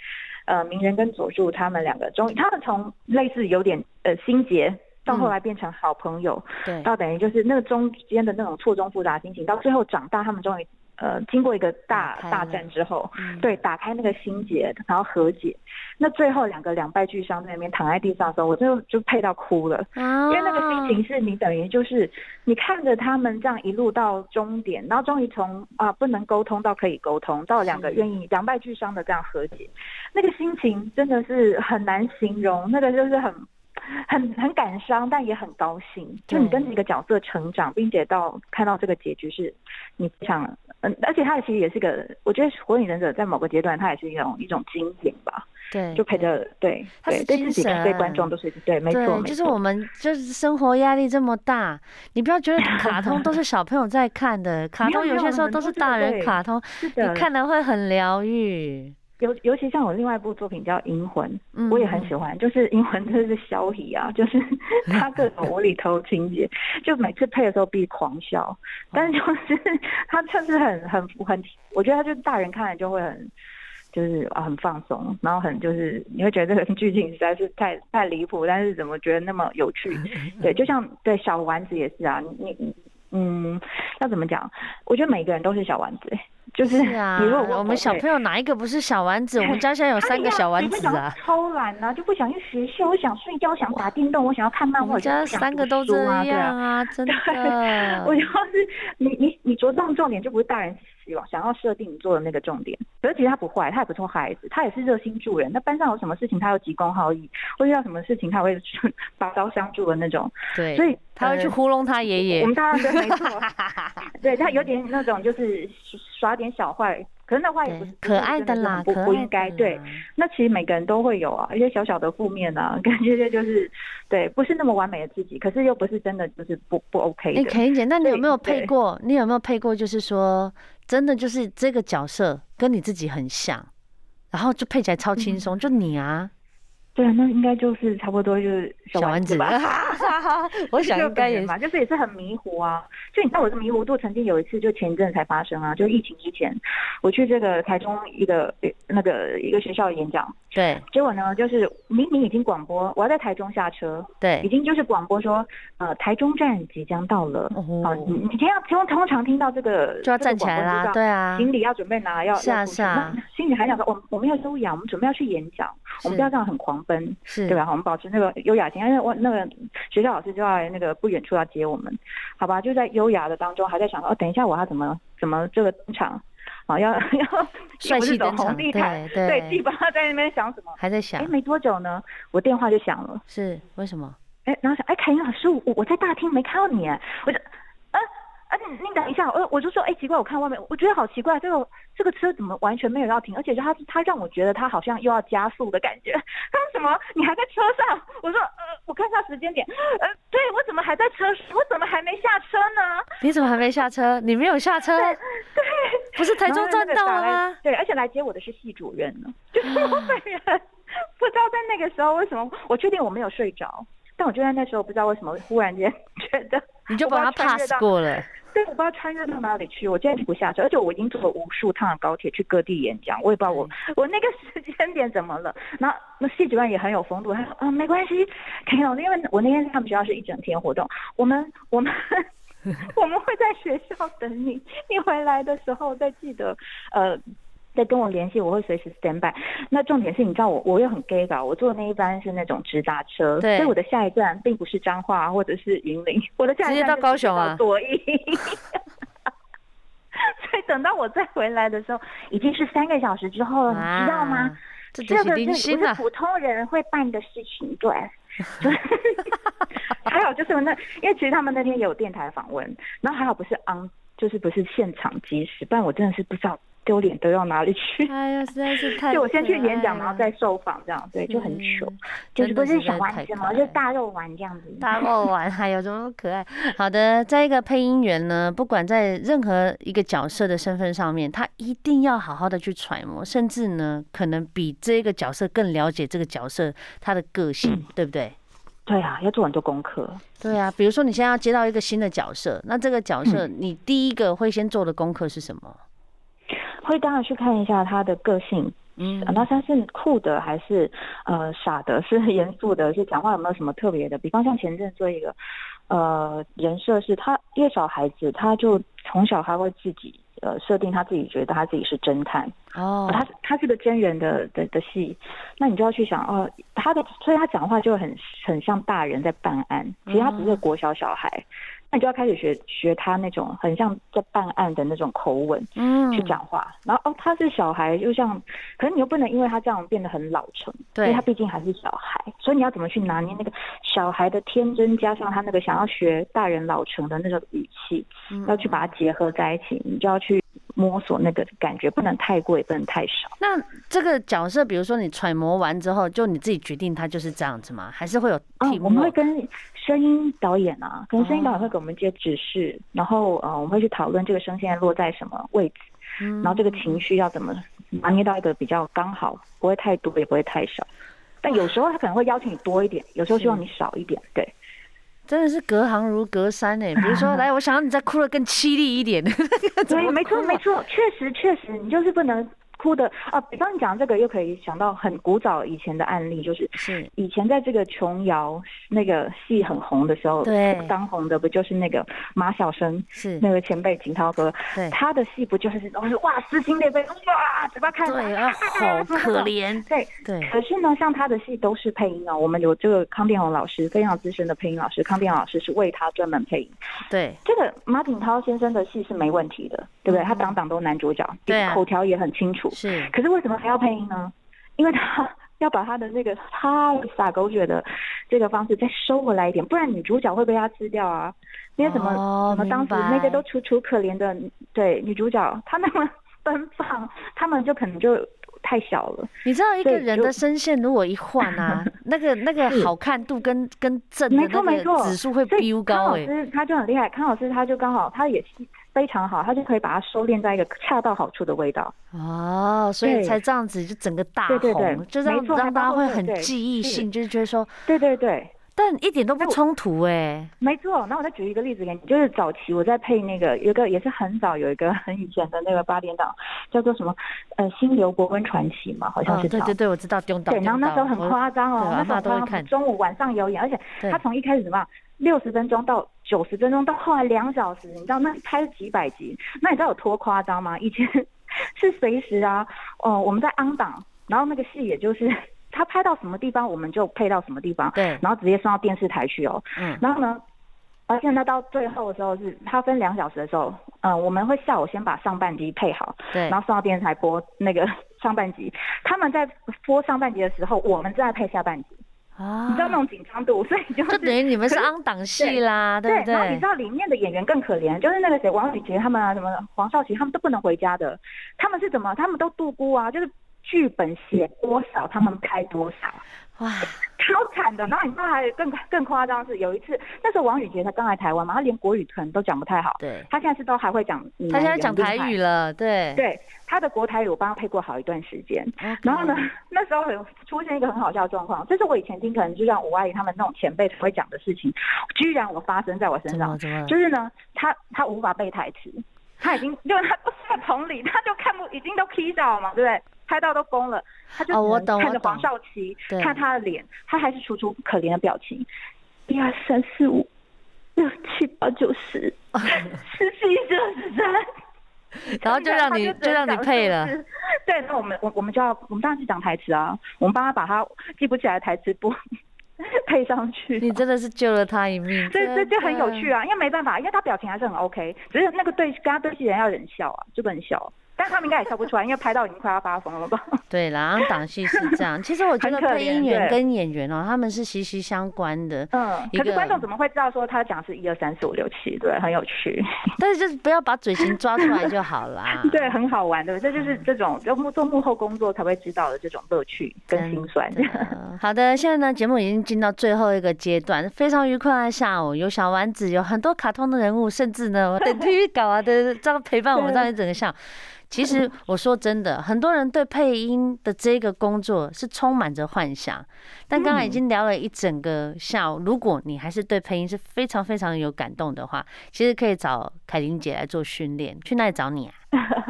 Speaker 3: 呃名人跟佐助他们两个，终于他们从类似有点呃心结，到后来变成好朋友，
Speaker 1: 对，
Speaker 3: 到等于就是那个中间的那种错综复杂的心情，到最后长大，他们终于呃经过一个
Speaker 1: 打
Speaker 3: 大
Speaker 1: 开了
Speaker 3: 大战之后，
Speaker 1: 嗯，
Speaker 3: 对，打开那个心结，然后和解。那最后两个两败俱伤在那边躺在地上的时候，我就就配到哭了，
Speaker 1: 啊，
Speaker 3: 因为那个心情是你等于就是你看着他们这样一路到终点，然后终于从啊不能沟通到可以沟通，到两个
Speaker 1: 是
Speaker 3: 愿意两败俱伤的这样和解，那个心情真的是很难形容，那个就是很。很很感伤，但也很高兴。就你
Speaker 1: 对
Speaker 3: 跟这个角色成长，并且到看到这个结局是，你非常嗯，而且它其实也是个，我觉得《火影忍者》在某个阶段，它也是一种一种经典吧，
Speaker 1: 对，
Speaker 3: 就陪着对
Speaker 1: 它是
Speaker 3: 对对自己
Speaker 1: 精
Speaker 3: 跟对观
Speaker 1: 神
Speaker 3: 众都是对，没错，
Speaker 1: 对，
Speaker 3: 没
Speaker 1: 就是
Speaker 3: 错
Speaker 1: 我们就是生活压力这么大，你不要 觉得卡通都是小朋友在看的，卡
Speaker 3: 没有
Speaker 1: 通有
Speaker 3: 没有
Speaker 1: 些时候
Speaker 3: 很
Speaker 1: 都
Speaker 3: 多
Speaker 1: 是
Speaker 3: 这个
Speaker 1: 大人
Speaker 3: 对啊
Speaker 1: 卡通，
Speaker 3: 是
Speaker 1: 你
Speaker 3: 的，
Speaker 1: 看了会很疗愈。
Speaker 3: 尤尤其像我另外一部作品叫《银魂》，
Speaker 1: 嗯，
Speaker 3: 我也很喜欢，就是《银魂》真的是消极啊，就是 它各种无厘头情节，就每次配的时候必狂
Speaker 1: 哦
Speaker 3: 笑，但是就是 它就是很很很，我觉得它就是大人看了就会很。就是啊，很放松，然后很就是你会觉得这个剧情实在是太太离谱，但是怎么觉得那么有 趣？对，就像对小丸子也是啊，你你你嗯，要怎么讲？我觉得每个人都是小丸子，就是
Speaker 1: 是啊，
Speaker 3: 你如果问
Speaker 1: 我们小
Speaker 3: 对
Speaker 1: 朋友哪一个不是小丸子？我们家现在有
Speaker 3: 他
Speaker 1: 三
Speaker 3: 一
Speaker 1: 个
Speaker 3: 样
Speaker 1: 小丸
Speaker 3: 你会
Speaker 1: 子
Speaker 3: 想要
Speaker 1: 啊，
Speaker 3: 偷懒呢、就不想去学校，我想睡觉，我想打电动，我想要看漫
Speaker 1: 我
Speaker 3: 画，
Speaker 1: 们
Speaker 3: 就
Speaker 1: 家
Speaker 3: 不想
Speaker 1: 三
Speaker 3: 读
Speaker 1: 个都
Speaker 3: 书
Speaker 1: 这
Speaker 3: 啊，对啊
Speaker 1: 样。啊，真的。
Speaker 3: 我就是你你你着重重点就不是大人希望想要设定你做的那个重点，可是其实他不坏，他也不错孩子，他也是热心助人。那班上有什么事情，他有急公好义，或遇到什么事情，他会 拔刀相助的那种。
Speaker 1: 对，
Speaker 3: 所以
Speaker 1: 他会去
Speaker 3: 呃
Speaker 1: 糊弄他爷
Speaker 3: 我
Speaker 1: 爷
Speaker 3: 们。大家对没错，对他有点那种就是耍点小坏，可是那坏也不
Speaker 1: 对
Speaker 3: 是，
Speaker 1: 可爱的啦，
Speaker 3: 不
Speaker 1: 可
Speaker 3: 不
Speaker 1: 爱
Speaker 3: 应该
Speaker 1: 的
Speaker 3: 对
Speaker 1: 啦。。
Speaker 3: 那其实每个人都会有啊，一些小小的负面啊， 感觉这就是对，不是那么完美的自己，可是又不是真的就是不不 OK
Speaker 1: 哎，
Speaker 3: 的。
Speaker 1: 凯英姐，那你有
Speaker 3: 对
Speaker 1: 没有配
Speaker 3: 对
Speaker 1: 过？你有没有配过？就是说，真的就是这个角色跟你自己很像，然后就配起来超轻 松，就你啊，
Speaker 3: 对啊，那应该就是差不多就是
Speaker 1: 小
Speaker 3: 丸
Speaker 1: 丸子。 啊
Speaker 3: 吧。
Speaker 1: 我想
Speaker 3: 就
Speaker 1: 应该
Speaker 3: 本
Speaker 1: 也
Speaker 3: 人吧，就是也是很迷糊啊。就你知道我的迷糊度，曾经有一次就前一阵才发生啊，就疫情之前，我去这个台中一个呃那个一个学校演讲，
Speaker 1: 对
Speaker 3: 结果呢就是明明已经广播，我要在台中下车，已
Speaker 1: 对
Speaker 3: 经就是广播说呃台中站即将到了。好，
Speaker 1: 哦
Speaker 3: 你，你听到通通常听到这个
Speaker 1: 就要站起来啦，，对啊，
Speaker 3: 行李要准备拿，要
Speaker 1: 是啊
Speaker 3: 要出去
Speaker 1: 是啊
Speaker 3: 那心里还想说，我们我们要优雅，我们准备要去演讲，我们不要这样很狂奔，
Speaker 1: 是
Speaker 3: 对吧？我们保持那个优雅型，因为我那个学校老师就在那个不远处要接我们，好吧？就在优雅的当中，还在想说，哦，等一下我要怎么怎么这个登场，啊， 要要
Speaker 1: 帅
Speaker 3: 不是
Speaker 1: 气
Speaker 3: 走
Speaker 1: 登场，
Speaker 3: 红地毯，
Speaker 1: 对啊
Speaker 3: 对， 自己不知道在那边想什么。
Speaker 1: 还在
Speaker 3: 哎，
Speaker 1: 想
Speaker 3: 没多久呢，我电话就响了，
Speaker 1: 是为什么？
Speaker 3: 哎，然后想，哎，凯英老师，我我在大厅没看到你，哎我就，呃，啊，你你等一下，呃，我就说，哎，奇怪，我看外面，我觉得好奇怪，这个这个车怎么完全没有要停，而且 他他让我觉得他好像又要加速的感觉，他说什么？你还在车上？我说，呃，我看一下时间点，呃，对我怎么还在车上？我怎么还没下车呢？
Speaker 1: 你怎么还没下车？你没有下车？不是台
Speaker 3: 然后
Speaker 1: 中
Speaker 3: 那
Speaker 1: 站啊
Speaker 3: 个
Speaker 1: 到
Speaker 3: 打
Speaker 1: 了
Speaker 3: 来
Speaker 1: 吗？
Speaker 3: 对，而且来接我的是系主任呢，就是我本人。不知道在那个时候为什么，我确定我没有睡着，但我就在那时候不知道为什么忽然间觉得，
Speaker 1: 你就
Speaker 3: 我不知
Speaker 1: 把它
Speaker 3: 道穿越
Speaker 1: pass
Speaker 3: 到
Speaker 1: 过了。
Speaker 3: 对，我不知道穿越到哪里去，我坚持不下车，而且我已经坐了无数趟的高铁去各地演讲，我也不知道我 我那个时间点怎么了。然后那系主任也很有风度，他说嗯没关系，可以了，因为我那天在他们学校是一整天活动，我们我们。 我们会在学校等你，你回来的时候再记得，呃，再跟我联系，我会随时 stand by。那重点是，你知道我我又很 gay 吧？我坐的那一班是那种直达车，
Speaker 1: 对
Speaker 3: 所以我的下一站并不是彰化啊或者是云林，我的下
Speaker 1: 直
Speaker 3: 一
Speaker 1: 接
Speaker 3: 站
Speaker 1: 到
Speaker 3: 就
Speaker 1: 高
Speaker 3: 直接
Speaker 1: 雄啊
Speaker 3: 左营。 所以等到我再回来的时候，已经是三个小时之后了，哦你知道吗
Speaker 1: 哇？？这
Speaker 3: 这
Speaker 1: 真啊是
Speaker 2: 个
Speaker 1: 零
Speaker 2: 是
Speaker 1: 星
Speaker 2: 不是
Speaker 1: 啊！
Speaker 2: 普通人会办的事情， 对。
Speaker 3: 还好就是那，因为其实他们那天也有电台访问，然后还好不是 on，就是不是现场即时，不然我真的是不知道丢脸丢到哪里去。
Speaker 1: 哎呀，实在是太可爱了……嗯
Speaker 3: 就我先去演讲，然后再受访，这样对，就很糗。就
Speaker 1: 真
Speaker 3: 是
Speaker 2: 不
Speaker 1: 的
Speaker 2: 是
Speaker 1: 实在
Speaker 2: 小丸
Speaker 1: 太
Speaker 2: 子
Speaker 1: 可
Speaker 2: 嘛，
Speaker 1: 爱
Speaker 2: 就是
Speaker 1: 了
Speaker 2: 大肉丸这样子。
Speaker 1: 大肉丸，还有这哎么可爱。好的，在一个配音员呢，不管在任何一个角色的身份上面，他一定要好好的去揣摩，甚至呢，可能比这个角色更了解这个角色他的个
Speaker 3: 嗯
Speaker 1: 性，对不对？
Speaker 3: 对啊，要做很多功课。
Speaker 1: 对啊，比如说你现在要接到一个新的角色，那这个角色
Speaker 3: 嗯
Speaker 1: 你第一个会先做的功课是什么？
Speaker 3: 会当然去看一下他的个性，
Speaker 1: 嗯
Speaker 3: 那他是酷的还是呃傻的，是 严肃的，是讲话有没有什么特别的？比方像前阵做一个呃人设是他，因为小孩子他就从小他会自己呃设定他自己觉得他自己是侦探，
Speaker 1: 哦，
Speaker 3: 啊他他是个真人的的的戏，那你就要去想哦，他的所以他讲话就很很像大人在办案，其实他
Speaker 1: 哦
Speaker 3: 只是个国小小孩，那你就要开始学学他那种很像在办案的那种口吻。
Speaker 1: 嗯
Speaker 3: 去讲话，然后哦，他是小孩，就像，可是你又不能因为他这样变得很老成，因为
Speaker 1: 对
Speaker 3: 他，毕竟还是小孩，所以你要怎么去拿捏那个小孩的天真，加上他那个想要学大人老成的那种语气，
Speaker 1: 嗯
Speaker 3: 要去把它结合在一起，你就要去摸索那个感觉，不能太过，也不能太少。
Speaker 1: 那这个角色，比如说你揣摩完之后，就你自己决定他就是这样子吗？还是会有
Speaker 3: 嗯
Speaker 1: 题，
Speaker 3: 我们
Speaker 1: 目
Speaker 3: 会？跟声音导演啊，跟声音导演会给我们一些指示，
Speaker 1: 哦
Speaker 3: 然后呃，我们会去讨论这个声线落在什么位置，
Speaker 1: 嗯
Speaker 3: 然后这个啊情绪要怎么拿捏到一个比较刚好，不会太多也不会太少。但有时候他可能会邀请你多一点，有时候希望你少一点，对。
Speaker 1: 真的是隔行如隔山哎、比如 说，来，我想让你再哭得更凄厉一点。 怎么
Speaker 3: 对，没错
Speaker 1: 哭啊
Speaker 3: 没错，确实确实，你就是不能哭的啊。比方你讲这个，又可以想到很古早以前的案例，就是
Speaker 1: 是
Speaker 3: 以前在这个琼瑶那个戏很红的时候，
Speaker 1: 对
Speaker 3: 当红的不就是那个马晓生？
Speaker 1: 是，
Speaker 3: 那个前辈景涛哥，
Speaker 1: 对
Speaker 3: 他的戏不就是都是哇撕心裂肺，哇嘴巴开着，
Speaker 1: 对
Speaker 3: 啊
Speaker 1: 啊，好可。怜。
Speaker 3: 对，
Speaker 1: 对，
Speaker 3: 可是呢，像他的戏都是配音哦。我们有这个康变宏老师，非常资深的配音老师，康变宏老师是为他专门配音。
Speaker 1: 对，
Speaker 3: 这个马景涛先生的戏是没问题的，对不对？他档档都男主角，
Speaker 1: 嗯对啊
Speaker 3: 口条也很清楚。
Speaker 1: 是，
Speaker 3: 可是为什么还要配音呢？因为他要把他的那个太撒狗血的这个方式再收回来一点，不然女主角会被他吃掉啊。因为什么、
Speaker 1: 哦
Speaker 3: 什么当时
Speaker 1: 明白
Speaker 3: 那个都楚楚可怜的对女主角，她那么奔放，他们就可能就太小了。
Speaker 1: 你知道一个
Speaker 3: 对
Speaker 1: 人
Speaker 3: 就
Speaker 1: 的声线如果一换 啊，那个那个好看度跟跟正的
Speaker 3: 没错
Speaker 1: 那
Speaker 3: 没
Speaker 1: 个
Speaker 3: 错，
Speaker 1: 指数会
Speaker 3: 所以
Speaker 1: 飙高
Speaker 3: 康老
Speaker 1: 哎、
Speaker 3: 师他就很厉害，康老师他就刚好他也是非常好，他就可以把它收敛在一个恰到好处的味道。
Speaker 1: 哦，所以
Speaker 3: 对
Speaker 1: 才这样子就整个大
Speaker 3: 对对对
Speaker 1: 红，就让
Speaker 3: 没错
Speaker 1: 让大家会很
Speaker 3: 对对
Speaker 1: 记忆
Speaker 3: 是
Speaker 1: 性，就是觉得说，
Speaker 3: 对对对。
Speaker 1: 但一点都不
Speaker 3: 那我
Speaker 1: 冲突哎、
Speaker 3: 没错，那我再举一个例子给你，就是早期我在配那个有一个也是很早有一个很以前的那个八点档，叫做什么呃《新刘伯温传奇》嘛，好像
Speaker 1: 哦，
Speaker 3: 是
Speaker 1: 对
Speaker 3: 这样。
Speaker 1: 对对，我知道丢到
Speaker 3: 对，然后那时候很夸张
Speaker 1: 对我
Speaker 3: 哦，那
Speaker 1: 阿
Speaker 3: 时
Speaker 1: 嬷
Speaker 3: 候
Speaker 1: 都会
Speaker 3: 夸
Speaker 1: 看
Speaker 3: 张，中午晚上有演，而且
Speaker 1: 对
Speaker 3: 他从一开始什么六十分钟到九十分钟，到后来两小时，你知道那拍了几百集，那你知道有多夸张吗？以前是随时啊，哦、我们在安档，然后那个戏也就是他拍到什么地方我们就配到什么地方，
Speaker 1: 对，
Speaker 3: 然后直接送到电视台去哦，
Speaker 1: 嗯，
Speaker 3: 然后呢，而且呢，到最后的时候是它分两小时的时候，嗯、我们会下午先把上半集配好，
Speaker 1: 对
Speaker 3: 然，后送到电视台播那个 上半集。他们在播上半集的时候，我们正在配下半集，
Speaker 1: 啊
Speaker 3: 你知道那种紧张度，所以就是
Speaker 1: 就等于你们是
Speaker 3: 可是
Speaker 1: 昂档戏啦，对不
Speaker 3: 然后你
Speaker 1: 对
Speaker 3: 知？道里面的演员更可怜，就是那个谁王宇杰他们啊，什么黄少祺他们都不能回家的，他们是怎么？他们都度孤啊，就是剧本写多少，他们拍多少。
Speaker 1: 哇，
Speaker 3: 超惨的。然后你知道还有更更夸张的是，有一次那时候王宇杰他刚来台湾嘛，他连国语可能都讲不太好，
Speaker 1: 对，
Speaker 3: 他现在是都还会讲闽
Speaker 1: 他
Speaker 3: 南语，
Speaker 1: 现在讲
Speaker 3: 很厉
Speaker 1: 台
Speaker 3: 害
Speaker 1: 语了，对，
Speaker 3: 对，他的国台语我帮他配过好一段时间。
Speaker 1: OK，
Speaker 3: 然后呢，
Speaker 1: 嗯
Speaker 3: 那时候很出现一个很好笑的状况，这是我以前听，可能就像五阿姨他们那种前辈才会讲的事情，居然我发生在我身
Speaker 1: 怎
Speaker 3: 上
Speaker 1: 么。怎么了？
Speaker 3: 就是呢，他他无法背台词，他已经就是他都在棚里，他就看不已经都 K 到嘛，对不对？拍到都疯了，他就
Speaker 1: 哦我
Speaker 3: 只能
Speaker 1: 懂
Speaker 3: 看
Speaker 1: 我
Speaker 3: 着黄
Speaker 1: 懂
Speaker 3: 少奇，
Speaker 1: 对
Speaker 3: 看他的脸，他还是楚楚可怜的表情。一二三四五六七八九 十十七十十三。
Speaker 1: 然后就让你
Speaker 3: 他只
Speaker 1: 就让
Speaker 3: 能
Speaker 1: 你
Speaker 3: 讲
Speaker 1: 配
Speaker 3: 数
Speaker 1: 了，
Speaker 3: 字。对，那我们我我们就要我们当然是讲台词啊，我们帮他把他记不起来的台词不 配上去。
Speaker 1: 你真的是救了他一命，
Speaker 3: 这这就很有
Speaker 1: 真的
Speaker 3: 趣啊，因为没办法，因为他表情还是很 OK，只是那个对跟他对戏人要忍笑啊，就不能笑。但他们应该也笑不出来，因为拍到已经快要发疯了吧？
Speaker 1: 对啦，然后档戏是这样。其实我觉得
Speaker 3: 很可
Speaker 1: 配音
Speaker 3: 怜
Speaker 1: 员
Speaker 3: 对
Speaker 1: 跟演员哦，他们是息息相关的。
Speaker 3: 嗯，
Speaker 1: 一
Speaker 3: 可是
Speaker 1: 个
Speaker 3: 观众怎么会知道说他讲是一二三四五六七？对，很有趣，
Speaker 1: 但是就是不要把嘴型抓出来就好
Speaker 3: 。
Speaker 1: 啦
Speaker 3: 对，很好玩，对不对？
Speaker 1: 嗯
Speaker 3: 这就是这种就幕做幕后工作才会知道的这种乐趣跟心酸。
Speaker 1: 真
Speaker 3: 啊
Speaker 1: 的 好的，现在呢，节目已经进到最后一个阶段，非常愉快的下午，有小丸子，有很多卡通的人物，甚至呢，等体育稿啊的这样陪伴我们这样一整个下午。其实我说真的，很多人对配音的这个工作是充满着幻想，但刚才已
Speaker 3: 嗯
Speaker 1: 经聊了一整个下午，如果你还是对配音是非常非常有感动的话，其实可以找凯琳姐来做训练。去哪里找你啊？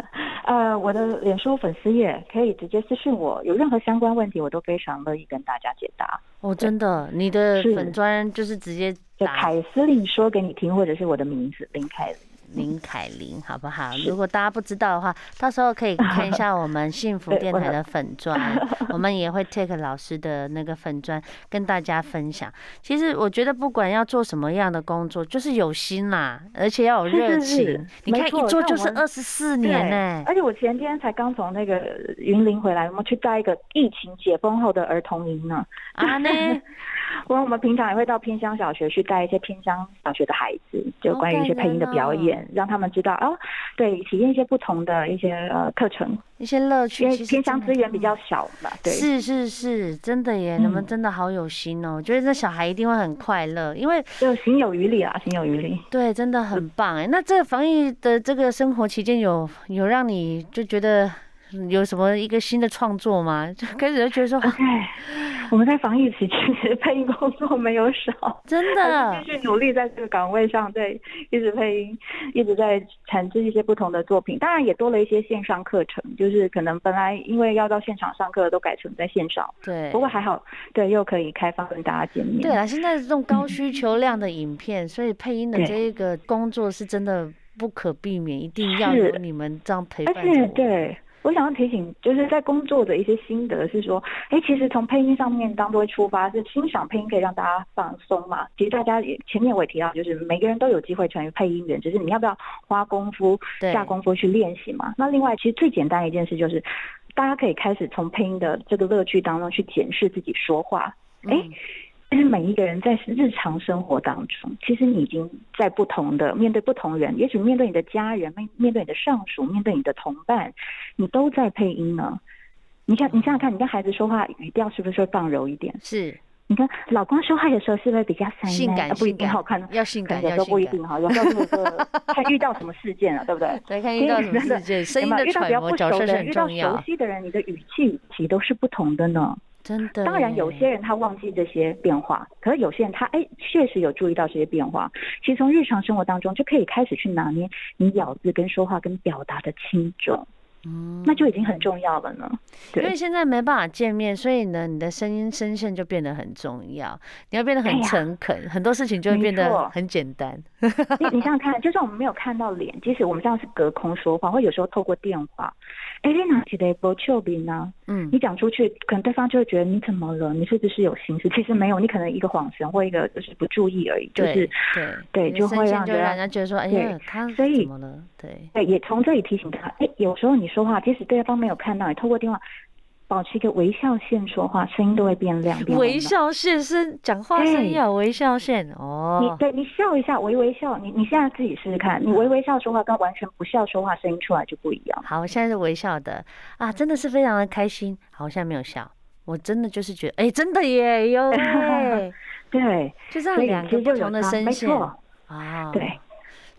Speaker 3: 呃，我的脸书粉丝页可以直接私信我，有任何相关问题我都非常乐意跟大家解答。
Speaker 1: 哦，真的，你的
Speaker 3: 是
Speaker 1: 粉砖就是直接
Speaker 3: 就
Speaker 1: 打
Speaker 3: 凯司令说给你听，或者是我的名字林凯琳。
Speaker 1: 林凯琳，好不好？如果大家不知道的话，到时候可以看一下我 们幸福电台的粉砖，我们也会 take 老师的那个粉砖跟大家分享。其实我觉得不管要做什么样的工作，就是有心啦，而且要有
Speaker 3: 是
Speaker 1: 热
Speaker 3: 是是
Speaker 1: 情。你看
Speaker 3: 没
Speaker 1: 一做
Speaker 3: 错像
Speaker 1: 就是
Speaker 3: 我们
Speaker 1: 二十四年
Speaker 3: 对
Speaker 1: 呢、
Speaker 3: 而且我前天才刚从那个云林回来，我们去带一个疫情解封后的儿童营呢。
Speaker 1: 啊呢，
Speaker 3: 我我们平常也会到偏乡小学去带一些偏乡小学的孩子，就
Speaker 1: 好
Speaker 3: 关于一些
Speaker 1: 感
Speaker 3: 配音的
Speaker 1: 人
Speaker 3: 表
Speaker 1: 哦
Speaker 3: 演，让他们知道哦，对，体验一些不同的一些呃课程，
Speaker 1: 一些乐
Speaker 3: 因
Speaker 1: 趣
Speaker 3: 为
Speaker 1: 其实
Speaker 3: 偏乡
Speaker 1: 真
Speaker 3: 资
Speaker 1: 的
Speaker 3: 源比
Speaker 1: 嗯
Speaker 3: 较少嘛。对，
Speaker 1: 是是是，真的耶！你们
Speaker 3: 嗯
Speaker 1: 真的好有心哦，我觉得这小孩一定会很快乐，因为
Speaker 3: 就行有余力啦，行有余力。
Speaker 1: 对，真的很棒哎。那这防疫的这个生活期间有，有让你就觉得嗯有什么一个新的创作吗？ 就开始就觉得说，哦
Speaker 3: 唉，我们在防疫期间配音工作没有少。
Speaker 1: 真
Speaker 3: 还
Speaker 1: 的
Speaker 3: 是继续努力在这个岗位上，对，一直配音，一直在产制一些不同的作品。当然也多了一些线上课程，就是可能本来因为要到现场上课，都改成在线上。
Speaker 1: 对
Speaker 3: 不。过还好，对，又可以开放跟大家见面。
Speaker 1: 对啦，啊现在这种高需求量的影片，所以配音的
Speaker 3: 对
Speaker 1: 这一个工作是真的不可避免，一定要有
Speaker 3: 是
Speaker 1: 你们这样陪
Speaker 3: 而
Speaker 1: 伴着
Speaker 3: 且
Speaker 1: 我。
Speaker 3: 对。我想要提醒，就是在工作的一些心得是说，哎，其实从配音上面当作出发，是欣赏配音可以让大家放松嘛。其实大家也前面我也提到，就是每个人都有机会成为配音员，只是你要不要花功夫
Speaker 1: 对
Speaker 3: 下功夫去练习嘛。那另外，其实最简单的一件事就是，大家可以开始从配音的这个乐趣当中去检视自己说话。哎、
Speaker 1: 嗯
Speaker 3: 其实每一个人在日常生活当中，其实你已经在不同的面对不同人，也许面对你的家人，面面对你的上属，面对你的同伴，你都在配音呢。你看，你想想看，你跟孩子说话语调是不是会放柔一点？
Speaker 1: 是
Speaker 3: 你看老公说话的时候是不是比较塞呢
Speaker 1: 性感
Speaker 3: 啊不一
Speaker 1: 性
Speaker 3: 定
Speaker 1: 感
Speaker 3: 好看，
Speaker 1: 要性感
Speaker 3: 有
Speaker 1: 要
Speaker 3: 时候不
Speaker 1: 性
Speaker 3: 一
Speaker 1: 感
Speaker 3: 定，哈，有时候这 个看遇到什么事件了，对不对？
Speaker 1: 来看遇到什么事件，声
Speaker 3: 有
Speaker 1: 音
Speaker 3: 没有
Speaker 1: 的
Speaker 3: 遇到比
Speaker 1: 揣
Speaker 3: 较
Speaker 1: 摩
Speaker 3: 不
Speaker 1: 角
Speaker 3: 熟
Speaker 1: 色是
Speaker 3: 的人，
Speaker 1: 很
Speaker 3: 遇到
Speaker 1: 重
Speaker 3: 熟
Speaker 1: 要，
Speaker 3: 悉的人，你的语气其实都是不同的呢。
Speaker 1: 真的耶。欸
Speaker 3: 当然，有些人他忘记这些变化，可是有些人他哎确实有注意到这些变化。其实从日常生活当中就可以开始去拿捏你咬字跟说话跟表达的轻重，
Speaker 1: 嗯
Speaker 3: 那就已经很重要了 呢。
Speaker 1: 因为
Speaker 3: 对，
Speaker 1: 现在没办法见面，所以呢，你的声音声线就变得很重要。你要变得
Speaker 3: 哎
Speaker 1: 很
Speaker 3: 呀
Speaker 1: 诚恳，很多事情就会
Speaker 3: 没
Speaker 1: 变得
Speaker 3: 错
Speaker 1: 很简单。
Speaker 3: 你你想想看，就算我们没有看到脸，即使我们这样是隔空说话，或有时候透过电话，哎，你拿起来不丘比呢？
Speaker 1: 嗯
Speaker 3: 你，讲出去，可能对方就会觉得你怎么了？你是不是有心事？其实没有，你可能一个晃神或一个就是不注意而已，就是
Speaker 1: 对对
Speaker 3: 对
Speaker 1: 你的
Speaker 3: 就
Speaker 1: 声
Speaker 3: 会
Speaker 1: 线
Speaker 3: 让
Speaker 1: 就
Speaker 3: 人
Speaker 1: 让人家觉得说，哎
Speaker 3: 对
Speaker 1: 呀，他
Speaker 3: 所以
Speaker 1: 怎么了？对，
Speaker 3: 对，也从这里提醒他，哎，有时候你说话，即使对方没有看到，你透过电话保持一个微笑线说话，声音都会变亮。变温
Speaker 1: 微
Speaker 3: 暖。
Speaker 1: 笑线声，讲话声音
Speaker 3: 对
Speaker 1: 要有微笑线
Speaker 3: 你
Speaker 1: 哦。
Speaker 3: 对你笑一下，微微笑，你你现在自己试试看，
Speaker 1: 嗯
Speaker 3: 你微微笑说话跟完全不笑说话声音出来就不一样。
Speaker 1: 好，我现在是微笑的啊，真的是非常的开心。好，我现在没有笑，我真的就是觉得，哎、真的耶， 有哎，
Speaker 3: 对，
Speaker 1: 就这样
Speaker 3: 所以
Speaker 1: 两
Speaker 3: 其
Speaker 1: 个
Speaker 3: 实
Speaker 1: 不
Speaker 3: 就
Speaker 1: 同
Speaker 3: 有
Speaker 1: 的
Speaker 3: 差，
Speaker 1: 声
Speaker 3: 没
Speaker 1: 线
Speaker 3: 错，
Speaker 1: 啊。
Speaker 3: 对，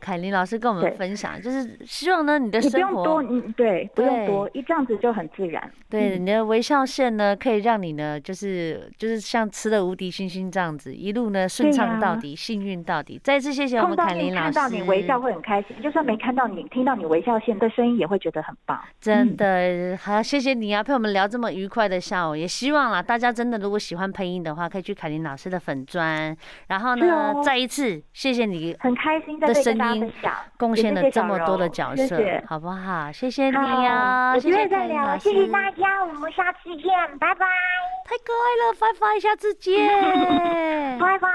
Speaker 1: 凯琳老师跟我们
Speaker 3: 对
Speaker 1: 分享，就是希望呢你的
Speaker 3: 你不
Speaker 1: 生
Speaker 3: 用多，
Speaker 1: 活，
Speaker 3: 嗯，对，不
Speaker 1: 对
Speaker 3: 用多，一这样子就很自然。
Speaker 1: 对你的微笑线呢，可以让你呢，就是就是像吃了无敌星星这样子，一路呢顺
Speaker 3: 对
Speaker 1: 畅到
Speaker 3: 呀
Speaker 1: 底，幸运到底。再次谢谢我
Speaker 3: 碰
Speaker 1: 们
Speaker 3: 到
Speaker 1: 凯
Speaker 3: 面
Speaker 1: 琳老师，
Speaker 3: 看到你微笑会很开心，就算没看到你，听到你微笑线，对声音也会觉得很棒。
Speaker 1: 真的好，谢谢你啊，陪我们聊这么愉快的下午。也希望啦，大家真的如果喜欢配音的话，可以去凯琳老师的粉砖。然后
Speaker 3: 是
Speaker 1: 呢，
Speaker 3: 哦
Speaker 1: 再一次谢谢你
Speaker 3: 很开心在
Speaker 1: 的
Speaker 3: 这里
Speaker 1: 声
Speaker 3: 跟大家
Speaker 1: 音
Speaker 3: 分享，
Speaker 1: 贡
Speaker 3: 也
Speaker 1: 献
Speaker 3: 谢
Speaker 1: 了
Speaker 3: 谢
Speaker 1: 这
Speaker 3: 小
Speaker 1: 么多的
Speaker 3: 柔
Speaker 1: 角
Speaker 3: 谢
Speaker 1: 色，
Speaker 3: 谢
Speaker 1: 好不好？谢谢你
Speaker 3: 好
Speaker 1: 哦，
Speaker 3: 有
Speaker 1: 谢
Speaker 3: 机
Speaker 1: 谢凯
Speaker 3: 谢再
Speaker 1: 琳老
Speaker 3: 聊，
Speaker 1: 师，
Speaker 2: 谢谢大家，我们下次见，拜拜，
Speaker 1: 太可爱了，拜拜，下次见。
Speaker 2: 拜拜。